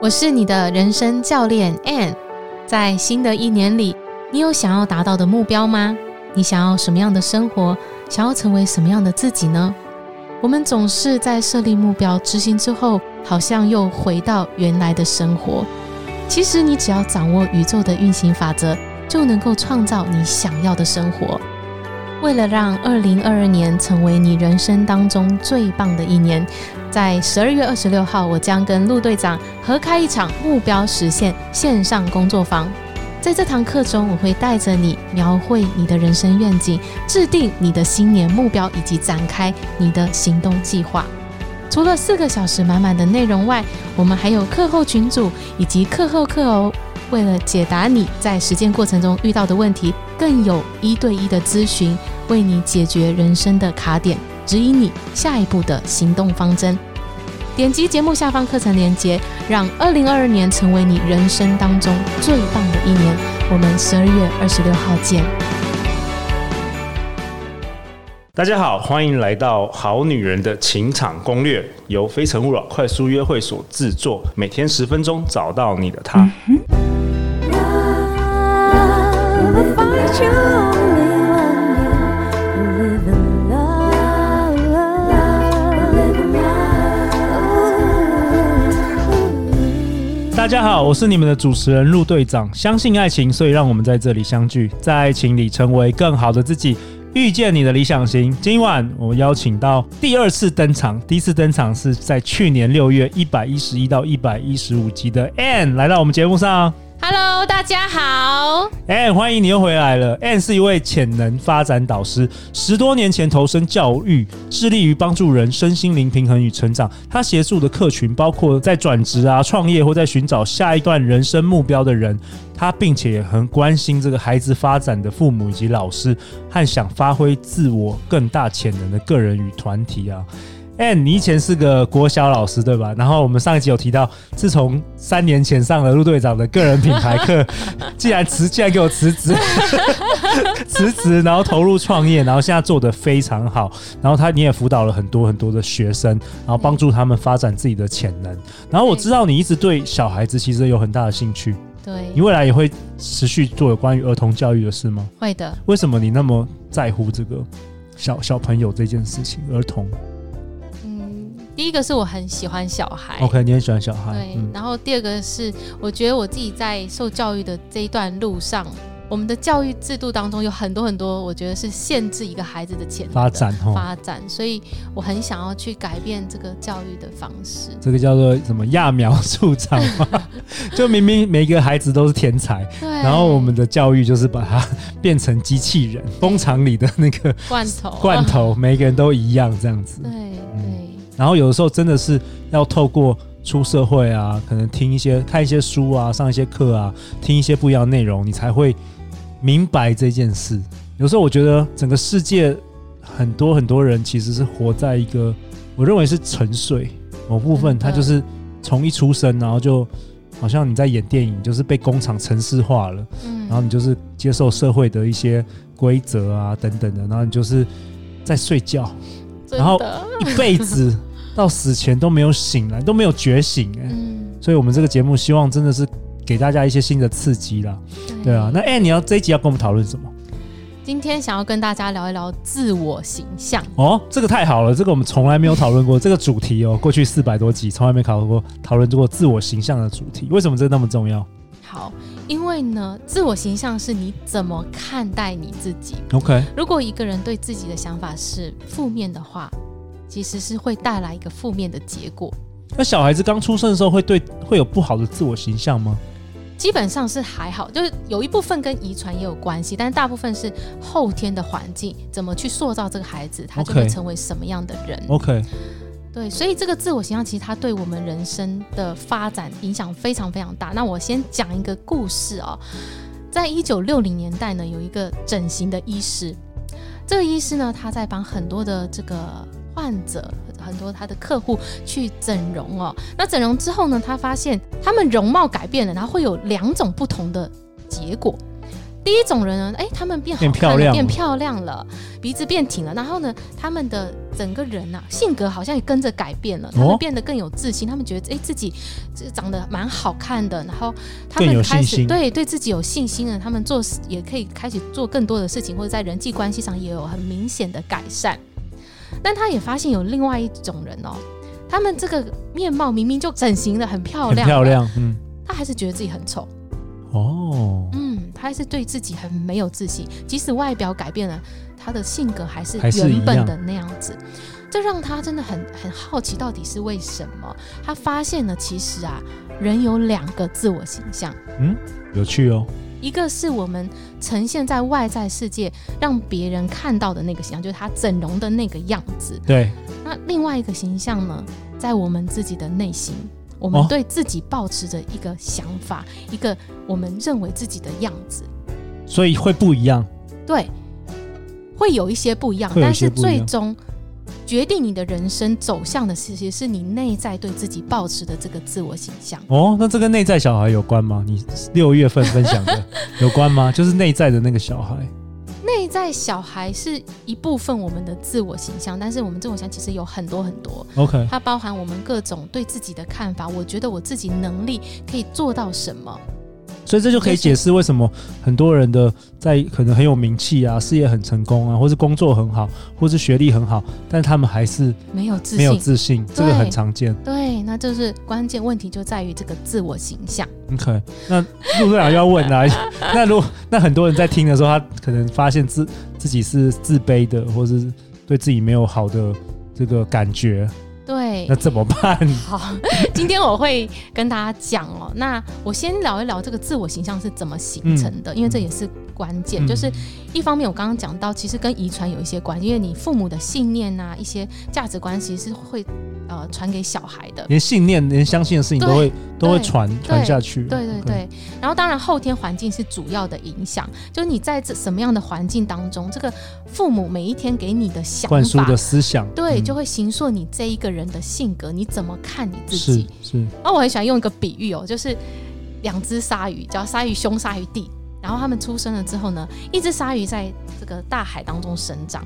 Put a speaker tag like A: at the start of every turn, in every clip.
A: 我是你的人生教练 Ann。在新的一年里，你有想要达到的目标吗？你想要什么样的生活？想要成为什么样的自己呢？我们总是在设立目标、执行之后，好像又回到原来的生活。其实，你只要掌握宇宙的运行法则，就能够创造你想要的生活。为了让二零二二年成为你人生当中最棒的一年，在十二月二十六号，我将跟陆队长合开一场目标实现线上工作坊。在这堂课中，我会带着你描绘你的人生愿景，制定你的新年目标，以及展开你的行动计划。除了四个小时满满的内容外，我们还有课后群组以及课后课哦。为了解答你在实践过程中遇到的问题，更有一对一的咨询，为你解决人生的卡点，指引你下一步的行动方针。点击节目下方课程链接，让二零二二年成为你人生当中最棒的一年。我们十二月二十六号见。
B: 大家好，欢迎来到《好女人的情场攻略》，由非诚勿扰快速约会所制作，每天十分钟，找到你的他。
C: Love will find you only one you live in love, live in love.
D: 大家好，我是你们的主持人陆队长。相信爱情，所以让我们在这里相聚，在爱情里成为更好的自己，遇见你的理想型。今晚我邀请到第二次登场，第一次登场是在去年六月一百一十一到一百一十五集的 Anne 来到我们节目上。
A: Hello，大家好。
D: Anne，欢迎你又回来了。Anne 是一位潜能发展导师，十多年前投身教育，致力于帮助人身心灵平衡与成长。他协助的客群包括在转职啊、创业或在寻找下一段人生目标的人。他并且也很关心这个孩子发展的父母以及老师，和想发挥自我更大潜能的个人与团体啊。Anne，你以前是个国小老师对吧？然后我们上一集有提到，自从三年前上了陆队长的个人品牌课，既然辞，既然给我辞职， 辞职，然后投入创业，然后现在做得非常好。然后他你也辅导了很多很多的学生，然后帮助他们发展自己的潜能。然后我知道你一直对小孩子其实有很大的兴趣，
A: 对
D: 你，未来也会持续做有关于儿童教育的事吗？
A: 会的。
D: 为什么你那么在乎这个小小朋友这件事情？儿童
A: 嗯，第一个是我很喜欢小孩。
D: ，OK，你很哦喜欢小孩，
A: 哎
D: 嗯
A: 对，然后第二个是，我觉得我自己在受教育的这一段路上，我们的教育制度当中有很多很多，我觉得是限制一个孩子的潜能的
D: 发展哦哈。
A: 发展，所以我很想要去改变这个教育的方式。
D: 这个叫做什么揠苗助长嘛？就明明每一个孩子都是天才，
A: 对，
D: 然后我们的教育就是把它变成机器人，工厂里的那个
A: 罐头，
D: 罐，嗯头，每个人都一样这样子
A: 对。对
D: 然后有的时候真的是要透过出社会啊，可能听一些、看一些书啊、上一些课啊，听一些不一样的内容，你才会明白这件事。有时候我觉得整个世界很多很多人其实是活在一个，我认为是沉睡某部
A: 真
D: 分，
A: 的
D: 他就是从一出生，然后就好像你在演电影，就是被工厂城市化了。
A: 嗯，
D: 然后你就是接受社会的一些规则啊等等的，然后你就是在睡觉然后
A: 真的
D: 一辈子到死前都没有醒来，都没有觉醒哎、
A: 嗯，
D: 所以我们这个节目希望真的是给大家一些新的刺激啦，
A: 嗯
D: 对啊。那哎、你要这一集要跟我们讨论什么？
A: 今天想要跟大家聊一聊自我形象，
D: 哦，这个太好了，这个我们从来没有讨论过这个主题哦，过去四百多集从来没讨论过讨论过自我形象的主题，为什么这那么重要
A: 好。因为呢，自我形象是你怎么看待你自己，
D: ？OK，
A: 如果一个人对自己的想法是负面的话，其实是会带来一个负面的结果，
D: 那小孩子刚出生的时候会对会有不好的自我形象吗？
A: 基本上是还好，就是有一部分跟遗传也有关系，但是大部分是后天的环境怎么去塑造这个孩子，他就会
D: OK
A: 成为什么样的人。
D: ？OK，
A: 对，所以这个自我形象其实它对我们人生的发展影响非常非常大。那我先讲一个故事哦，在一九六零年代呢，有一个整形的医师，这个医师呢，他在帮很多的这个患者。很多他的客户去整容哦，那整容之后呢，他发现他们容貌改变了，然后会有两种不同的结果。第一种人呢，哎，他们变好
D: 变
A: 看了
D: 漂亮
A: 变
D: 了
A: 漂亮了，鼻子变挺了，然后呢，他们的整个人呐、啊性格好像也跟着改变了，他们
D: 哦
A: 变得更有自信，他们觉得哎自己这长得蛮好看的，然后他
D: 更有
A: 们
D: 信
A: 开始
D: 心
A: 对对自己有信心了，他们做事也可以开始做更多的事情，或者在人际关系上也有很明显的改善。但他也发现有另外一种人哦，他们这个面貌明明就整形的很漂
D: 很
A: 亮，
D: 漂，亮，嗯，
A: 他还是觉得自己很丑。
D: 哦，
A: 嗯，他还是对自己很没有自信，即使外表改变了，他的性格还是
D: 还是
A: 原
D: 一样
A: 本的那样子。这让他真的很很好奇，到底是为什么？他发现了，其实啊，人有两个自我形象，
D: 有趣哦，
A: 一个是我们呈现在外在世界让别人看到的那个形象，就是他整容的那个样子；
D: 对，
A: 那另外一个形象呢，在我们自己的内心，我们
D: 哦
A: 对自己保持着一个想法，一个我们认为自己的样子。
D: 所以会不一样，
A: 对，会有一些不一样，
D: 会有一
A: 但
D: 些
A: 是
D: 不一样
A: 最终决定你的人生走向的，其实是你内在对自己保持的这个自我形象。
D: 哦，那这跟内在小孩有关吗？你六月份分享 的有关吗？就是内在的那个小孩，
A: 内在小孩是一部分我们的自我形象，但是我们自我形象其实有很多很多，
D: OK，
A: 它包含我们各种对自己的看法。我觉得我自己能力可以做到什么？
D: 所以这就可以解释为什么很多人的在可能很有名气啊，事业很成功啊，或是工作很好，或是学历很好，但他们还是
A: 没有自
D: 没有
A: 信。
D: 自信，这个很常见。
A: 对，那就是关键问题就在于这个自我形象。
D: OK，那陆队长要问 啊，那如果那很多人在听的时候，他可能发现自自己是自卑的，或是对自己没有好的这个感觉，
A: 对
D: 那，怎么办？
A: 好，今天我会跟大家讲哦。那我先聊一聊这个自我形象是怎么形成的，因为这也是关键。
D: 嗯
A: 嗯就是一方面，我刚刚讲到，其实跟遗传有一些关系，因为你父母的信念啊，一些价值观，其实是会呃传给小孩的。
D: 连信念、连相信的事情都会都会
A: 对
D: 传传下去。
A: 对对
D: OK，
A: 对，然后当然后天环境是主要的影响，就是你在这什么样的环境当中，这个父母每一天给你的想
D: 灌输
A: 法，
D: 的思想，
A: 对，
D: 嗯
A: 就会形塑你这一个人的性格，你怎么看你自己
D: 是？是
A: 哦，我很喜欢用一个比喻哦，就是两只鲨鱼，叫鲨鱼兄、鲨鱼弟。然后它们出生了之后呢，一只鲨鱼在这个大海当中生长，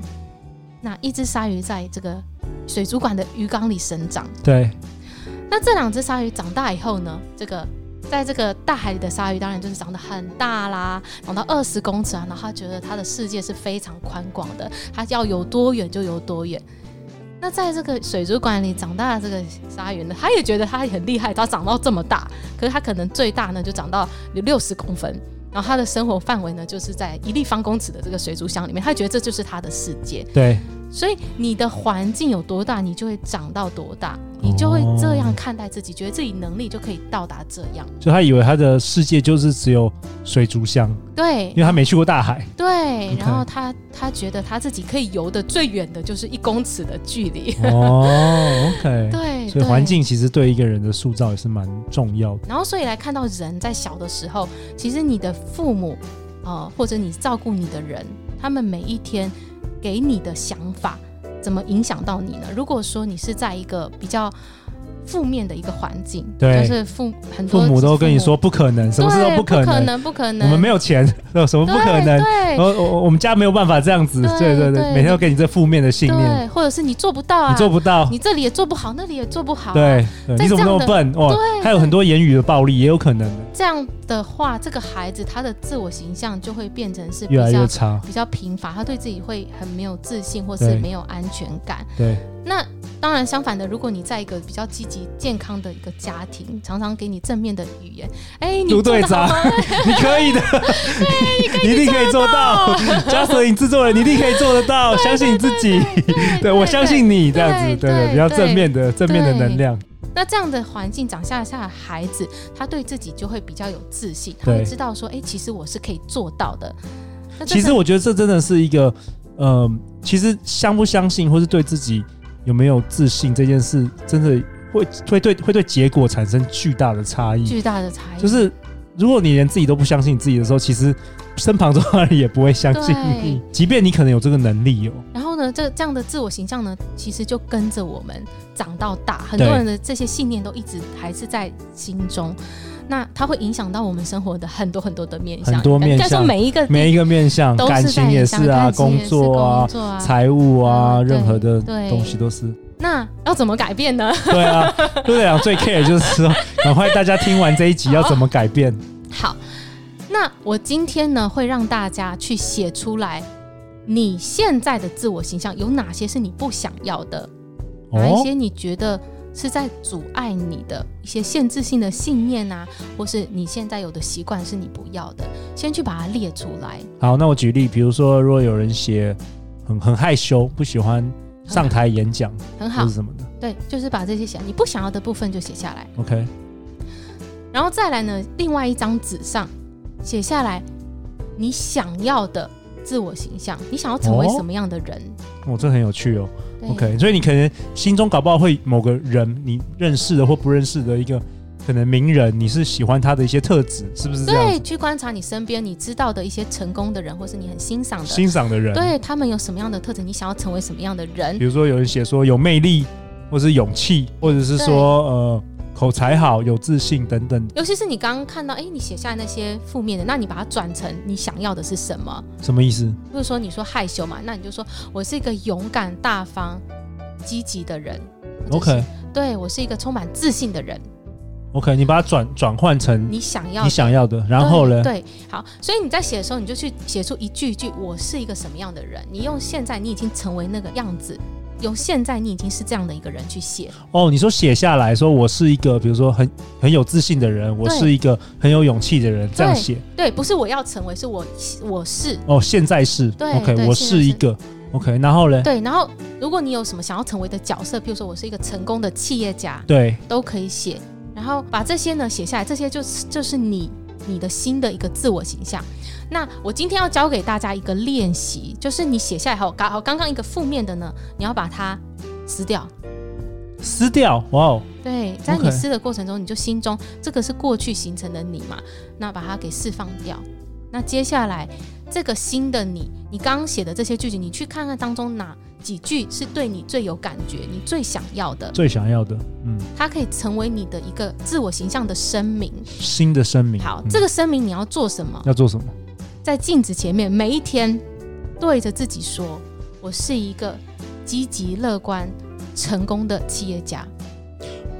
A: 那一只鲨鱼在这个水族馆的鱼缸里生长。
D: 对，
A: 那这两只鲨鱼长大以后呢，这个在这个大海里的鲨鱼当然就是长得很大啦，长到二十公尺啊，然后它觉得它的世界是非常宽广的，它要有多远就有多远。那在这个水族馆里长大的这个鲨鱼呢，它也觉得它很厉害，它长到这么大，可是它可能最大呢就长到六十公分。然后它的生活范围呢，就是在一立方公尺的这个水族箱里面，它觉得这就是它的世界。
D: 对，
A: 所以你的环境有多大，你就会长到多大，你就会这样看待自己，觉得自己能力就可以到达这样。
D: 就他以为他的世界就是只有水族箱，
A: 对
D: 因为他没去过 大海。
A: 对，
D: OK
A: 然后他他觉得他自己可以游的最远的就是一公尺的距离。
D: 哦，OK，
A: 对，
D: 所
A: 对
D: 以环。境其实对一个人的塑造也是蛮重要的。
A: 然后所以来看到人在小的时候，其实你的父母，呃，或者你照顾你的人，他们每一天给你的想法，怎么影响到你呢？如果说你是在一个比较负面的一个环境，
D: 对
A: 就是父很多
D: 父母都跟你
A: 父母
D: 说不可能，什么事都
A: 对
D: 不
A: 不
D: 可能，
A: 能，不可能，
D: 我们没有钱， 什么不可能，
A: 对
D: 我我我们家没有办法这样子，
A: 对
D: 对对对，
A: 对
D: 每天都给你这负面的
A: 对
D: 信念，
A: 对，或者是你做不到啊，
D: 你做不到
A: 你，这里也做不好，那里也做不好、，啊
D: 对，对
A: 在
D: 你怎么
A: 这
D: 那
A: 样
D: 么
A: 的
D: 笨？哇，
A: 对
D: 还有很多言语的暴力也有可能的，
A: 这样的话，这个孩子他的自我形象就会变成是比
D: 越来越
A: 较
D: 差，
A: 比较贫乏，他对自己会很没有自信，或
D: 对
A: 是没有安全感。
D: 对，
A: 那当然，相反的，如果你在一个比较积极、健康的一个家庭，常常给你正面的语言，哎，你
D: 陆
A: 做得
D: 队
A: 好
D: 长
A: 吗？
D: 你 可以的， 你一定可以做到，Justin 制作人，你一定可以做得到，相信你自己， 对我相。信你，这样子，对
A: 对
D: 对，
A: 对
D: 比较
A: 对
D: 正面的正面的能量，
A: 那这样的环境长下下的孩子，他对自己就会比较有自信，他会
D: 对
A: 知道说，哎、其实我是可以做到的。那这
D: 其
A: 是
D: 实我觉得这真的是一个，呃，其实相不相信，或是对自己有没有自信这件事，真的会会对会对结果产生巨大的差异。
A: 巨大的差异，
D: 就是如果你连自己都不相信自己的时候，其实身旁周遭的人也不会相信你，即便你可能有这个能力哦。
A: 然后呢，这这样的自我形象呢，其实就跟着我们长到大，很多
D: 对
A: 人的这些信念都一直还是在心中。那它会影响到我们生活的很多很多的面向，
D: 很多面
A: 应该说
D: 向
A: 每一个
D: 每一
A: 个
D: 个面向，
A: 都
D: 感
A: 是在
D: 情也
A: 影响
D: 是啊，
A: 感情
D: 工
A: 也是
D: 作啊
A: 工，作啊
D: 财务啊，
A: 嗯对
D: 任何的
A: 对
D: 东西都是。
A: 那要怎么改变呢？
D: 对啊， 陆队长最 care 就是说，赶快大家听完这一集要怎么改变。
A: 好，那我今天呢会让大家去写出来，你现在的自我形象有哪些是你不想要的，哪一
D: 哦
A: 些你觉得是在阻碍你的一些限制性的信念啊，或是你现在有的习惯是你不要的，先去把它列出来。
D: 好，那我举例，比如说，如果有人写很很害羞，不喜欢上台演讲
A: 很
D: 或
A: 好
D: 是，什么的
A: 对，就是把这些写，你不想要的部分就写下来，
D: ，OK，
A: 然后再来呢，另外一张纸上写下来你想要的自我形象，你想要成为
D: 哦
A: 什么样的人、
D: 哦，这很有趣哦。
A: 对
D: OK，所以你可能心中搞不好会某个人，你认识的或不认识的一个可能名人，你是喜欢他的一些特质，是不是这样
A: 对，
D: 子？
A: 去观察你身边你知道的一些成功的人，或是你很欣赏的，
D: 欣赏的人，，
A: 对他们有什么样的特质，你想要成为什么样的人
D: 比？如说有人写说有魅力，或是勇气，或者是说呃口才好、有自信等等，
A: 尤其是你刚刚看到，哎，你写下那些负面的，那你把它转成你想要的是什么？
D: 什么意思？
A: 比如说你说害羞嘛，那你就说我是一个勇敢、大方、积极的人。或者是
D: OK
A: 对我是一个充满自信的人。
D: OK，你把它转转换成
A: 你想要
D: 你想要的，然后呢？
A: 对，对好，所以你在写的时候，你就去写出一句一句“我是一个什么样的人”，你用现在你已经成为那个样子，用现在你已经是这样的一个人去写，
D: 哦，你说写下来说我是一个，比如说很很有自信的人，我
A: 对
D: 是一个很有勇气的人，这样写。
A: 对，不是我要成为，是我我是
D: 哦，现在是
A: 对
D: OK，
A: 对
D: 我
A: 现在
D: 是一
A: 是
D: 个 OK，然 后呢？
A: 对。然后，如果你有什么想要成为的角色，譬如说我是一个成功的企业家，
D: 对，
A: 都可以写。然后把这些呢写下来，这些就是就是你你的新的一个自我形象。那我今天要教给大家一个练习，就是你写下来后，刚好刚刚一个负面的呢，你要把它撕掉。
D: 撕掉，哇哦，
A: 对，在你
D: OK
A: 撕的过程中，你就心中这个是过去形成的你嘛，那把它给释放掉。那接下来这个新的你，你刚刚写的这些句子，你去看看当中哪几句是对你最有感觉，你最想要的，
D: 最想要的，嗯，
A: 它可以成为你的一个自我形象的声明。
D: 新的声明。
A: 好，
D: 嗯
A: 这个声明你要做什么？
D: 要做什么？
A: 在镜子前面，每一天对着自己说：“我是一个积极乐观、成功的企业家。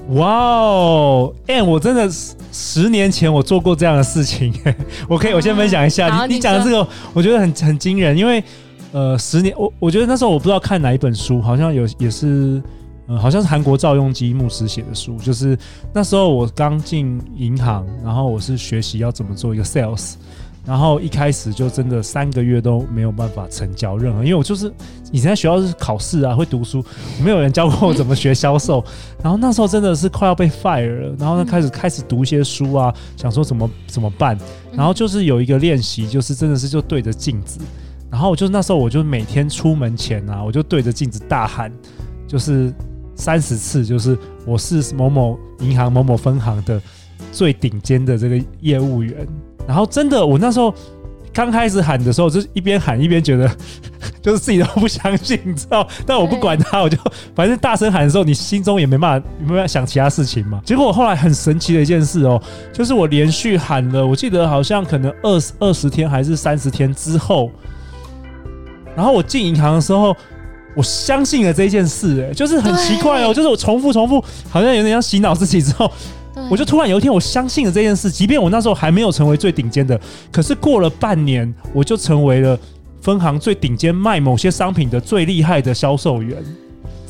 D: 哇哦，哎，我真的十十年前我做过这样的事情， 我可以，我先分享一下。
A: 好
D: 你
A: 你
D: 你讲的这
A: 说
D: 个，我觉得很很惊人，因为呃，十年，我我觉得那时候我不知道看哪一本书，好像有也是。呃，好像是韩国赵用基牧师写的书，就是那时候我刚进银行，然后我是学习要怎么做一个 sales，然后一开始就真的三个月都没有办法成交任何，因为我就是以前在学校是考试啊，会读书，没有人教过我怎么学销售。 然后那时候真的是快要被 fire 了，然后呢开始开始读一些书啊，想说怎么怎么办。然后就是有一个练习，就是真的是就对着镜子，然后我就那时候我就每天出门前啊，我就对着镜子大喊，就是三十次，就是我是某某银行某某分行的最顶尖的这个业务员。然后真的，我那时候刚开始喊的时候，就是一边喊一边觉得 就是自己都不相信，你知道？但我不管他，我就反正大声喊的时候，你心中也没办法，没办法想其他事情嘛。结果我后来很神奇的一件事哦，就是我连续喊了，我记得好像可能二十二十天还是三十天之后，然后我进银行的时候。我相信了这件事、哎，就是很奇怪哦，
A: 对
D: 就是我重复重复，好像有点像洗脑自己之后，”
A: 对，
D: 我就突然有一天，我相信了这件事，即便我那时候还没有成为最顶尖的，可是过了半年，我就成为了分行最顶尖卖某些商品的最厉害的销售员。
A: 啊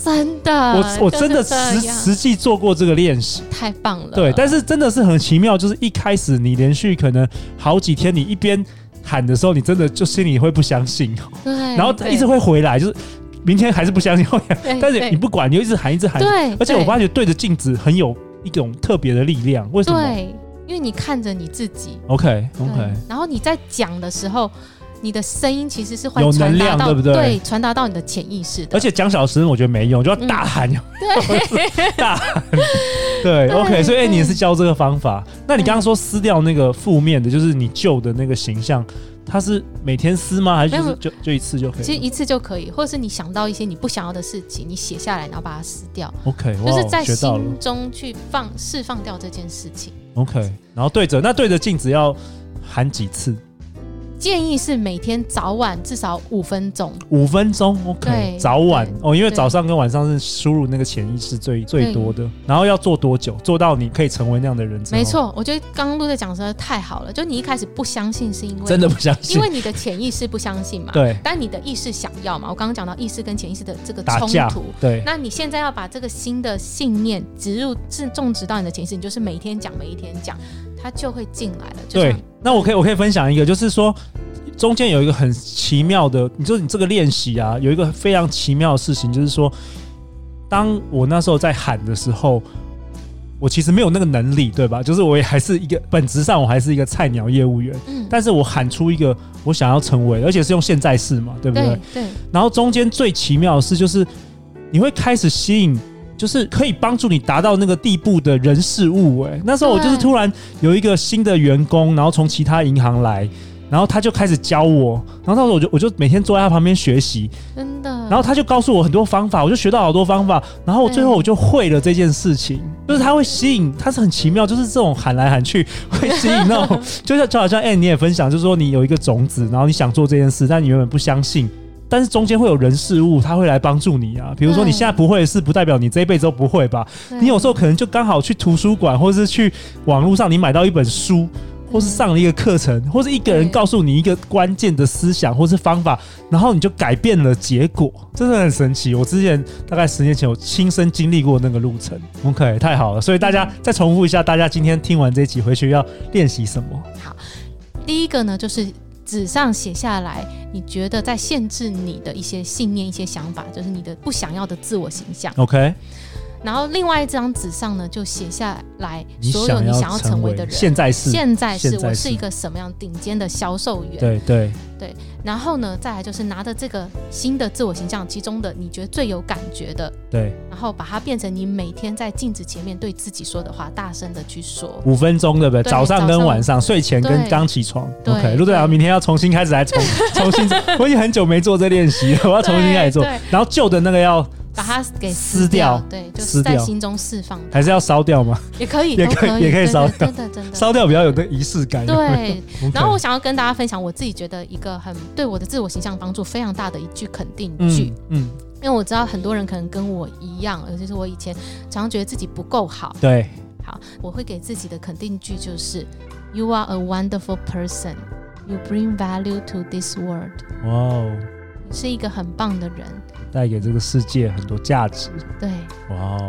A: 真的，
D: 我我真的
A: 就是这
D: 实
A: 样
D: 实际做过这个练习，
A: 太棒了。
D: 对，但是真的是很奇妙，就是一开始你连续可能好几天，你一边喊的时候，你真的就心里会不相信，
A: 对，
D: 然后
A: 嗯对
D: 一直会回来，就是明天还是不相信，后天
A: 对
D: 但是
A: 对
D: 你不管，你就一直喊，一直喊，
A: 对，
D: 而且我
A: 对
D: 发觉对着镜子很有一种特别的力量，为什么
A: 对，因为你看着你自己
D: OK
A: 对
D: OK，
A: 然后你在讲的时候，你的声音其实是会
D: 有能
A: 传达
D: 量
A: 到，
D: 对不对
A: 传达到你的潜意识的，
D: 而且讲小时我觉得没用，就要大喊， 大喊。对
A: 对嗯
D: o k 所以哎、
A: 对
D: 你也是教这个方法。那你刚刚说撕掉那个负面的，就是你旧的那个形象，它是每天撕吗？还是就是
A: 没有
D: 就就一次就可
A: 其实
D: 以了
A: 一次就可以，或者是你想到一些你不想要的事情，你写下来，然后把它撕掉，
D: ？OK，哇
A: 就是在
D: 学到了
A: 心。中去放释放掉这件事情。
D: OK，然后对着那对着镜子要喊几次？
A: 建议是每天早晚至少五分钟，
D: 五分钟，OK，
A: 对
D: 早晚
A: 对
D: 哦，因为
A: 对
D: 早上跟晚上是输入那个潜意识最最多的，然后要做多久，做到你可以成为那样的人之后，
A: 没，错。我觉得刚刚陆队讲得实在太好了，就你一开始不相信是因为
D: 真的不相
A: 因
D: 信，
A: 为你的潜意识不相信嘛，
D: 对，
A: 但你的意识想要嘛。我刚刚讲到意识跟潜意识的这个
D: 打
A: 冲
D: 架
A: 突，，
D: 对，
A: 那你现在要把这个新的信念植入、种种植到你的潜意识，你就是每天讲、每一天讲，它就会进来了。就像
D: 对，那我可以我可以分享一个，就是说中间有一个很奇妙的，你就是你这个练习啊，有一个非常奇妙的事情，就是说，当我那时候在喊的时候。我其实没有那个能力，对吧？就是我也还是一个本质上我还是一个菜鸟业务员，
A: 嗯，
D: 但是我喊出一个我想要成为，而且是用现在式嘛，对不对？
A: 对对
D: 然后中间最奇妙的事就是，你会开始吸引，就是可以帮助你达到那个地步的人事物、哎，那时候我就是
A: 对
D: 突然有一个新的员工，然后从其他银行来。然后他就开始教我，然后到时候我就我就每天坐在他旁边学习，
A: 真的。
D: 然后他就告诉我很多方法，我就学到好多方法，然后我最后
A: 对
D: 我就会了这件事情，就是他会吸引，他是很奇妙，就是这种喊来喊去会吸引那种，就像就好像哎、你也分享，就是说你有一个种子，然后你想做这件事，但你原本不相信。但是中间会有人事物，他会来帮助你啊。比如说
A: 对
D: 你现在不会的事，不代表你这一辈子都不会吧？
A: 对
D: 你有时候可能就刚好去图书馆，或是去网络上，你买到一本书，或是上了一个课程，或是一个人
A: 对
D: 告诉你一个关键的思想或是方法，然后你就改变了结果，真的很神奇。我之前大概十年前，我亲身经历过那个路程。OK，太好了。所以大
A: 嗯
D: 家再重复一下，大家今天听完这一集回去要练习什么？
A: 第一个呢，就是纸上写下来，你觉得在限制你的一些信念、一些想法，就是你的不想要的自我形象。
D: OK，
A: 然后另外一张纸上呢，就写下来
D: 你
A: 所有
D: 想
A: 你
D: 要
A: 想要
D: 成
A: 成
D: 为
A: 为的人。
D: 现在是，
A: 现在是
D: 现在
A: 我
D: 是
A: 是一个什么样顶尖的销售员？
D: 对对
A: 然后呢，再来就是拿着这个新的自我形象，其中的你觉得最有感觉的，
D: 对，
A: 然后把它变成你每天在镜子前面对自己说的话，大声的去说。
D: 五分钟对不对？
A: 对
D: 早上跟
A: 早上
D: 晚上，睡前跟
A: 对
D: 刚起床。
A: 对
D: OK，陆队长
A: 对
D: 明天要重新开始来重 重新，我已经很久没做这练习了，我要重新开始做
A: 对对。
D: 然后旧的那个要
A: 把它给
D: 撕
A: 撕
D: 掉
A: 对，就
D: 撕
A: 是在
D: 掉
A: 心中释放，
D: 还是要烧掉吗？
A: 也可以，
D: 也
A: 都
D: 可以
A: 以，
D: 也可以
A: 对
D: 烧
A: 对真的真的
D: 烧掉比较有那仪式感。
A: 对，
D: OK，
A: 然后我想要跟大家分享，我自己觉得一个很对我的自我形象帮助非常大的一句肯定句，
D: 嗯嗯，
A: 因为我知道很多人可能跟我一样，尤其是我以前常常觉得自己不够好，
D: 对，
A: 好，我会给自己的肯定句就是，You are a wonderful person, you bring value to this world，
D: 哇哦，
A: 你是一个很棒的人，
D: 带给这个世界很多价值。
A: 对，
D: 哇哦，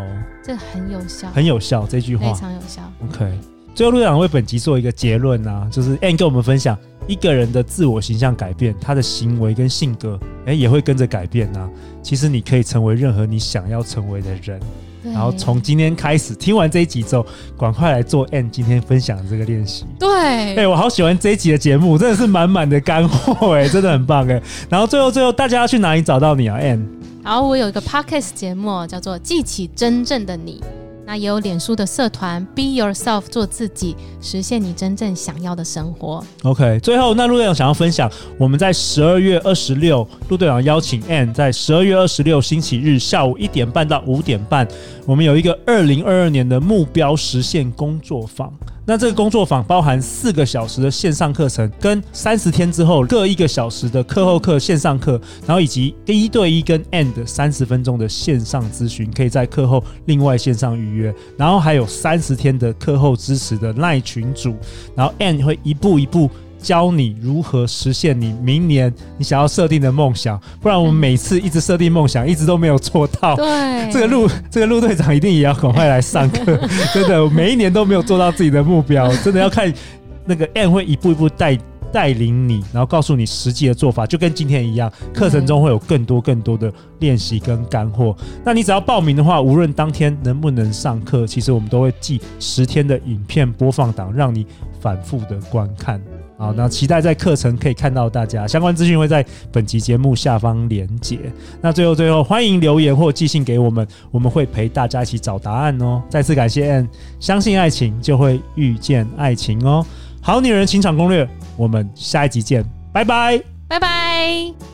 A: 这很有效，
D: 很有效这句
A: 非
D: 话。
A: 常有效，
D: OK，最后陆队长为本集做一个结论啊，就是 a n 跟我们分享一个人的自我形象改变，他的行为跟性格，哎、也会跟着改变啊。其实你可以成为任何你想要成为的人。
A: 对
D: 然后从今天开始，听完这一集之后，赶快来做 a n 今天分享的这个练习。哎、
A: 对，
D: 我好喜欢这一集的节目，真的是满满的干货哎、真的很棒哎、然后最后最后，大家要去哪里找到你啊 a n
A: 然后我有一个 podcast 节目哦叫做《记起真正的你》，那也有脸书的社团 Be Yourself 做自己，实现你真正想要的生活。
D: OK，最后那陆队长想要分享，我们在十二月二十六，陆队长邀请 Ann 在十二月二十六星期日下午一点半到五点半，我们有一个二零二二年的目标实现工作坊。那这个工作坊包含四个小时的线上课程，跟三十天之后各一个小时的课后课线上课，然后以及一对一跟 and 三十分钟的线上咨询，可以在课后另外线上预约，然后还有三十天的课后支持的赖群组，然后 and 会一步一步。教你如何实现你明年你想要设定的梦想，不然我们每次一直设定梦想，一直都没有做到。
A: 对，
D: 这个陆这个陆队长一定也要赶快来上课，真的，我每一年都没有做到自己的目标，真的要看那个 N 会一步一步带带领你，然后告诉你实际的做法，就跟今天一样，课程中会有更多更多的练习跟干货。那你只要报名的话，无论当天能不能上课，其实我们都会寄十天的影片播放档，让你反复的观看。好，那期待在课程可以看到大家相关资讯会在本集节目下方连结。那最后最后，欢迎留言或寄信给我们，我们会陪大家一起找答案哦。再次感谢 N，相信爱情就会遇见爱情哦。好女人情场攻略，我们下一集见，拜。拜拜。
A: 拜拜。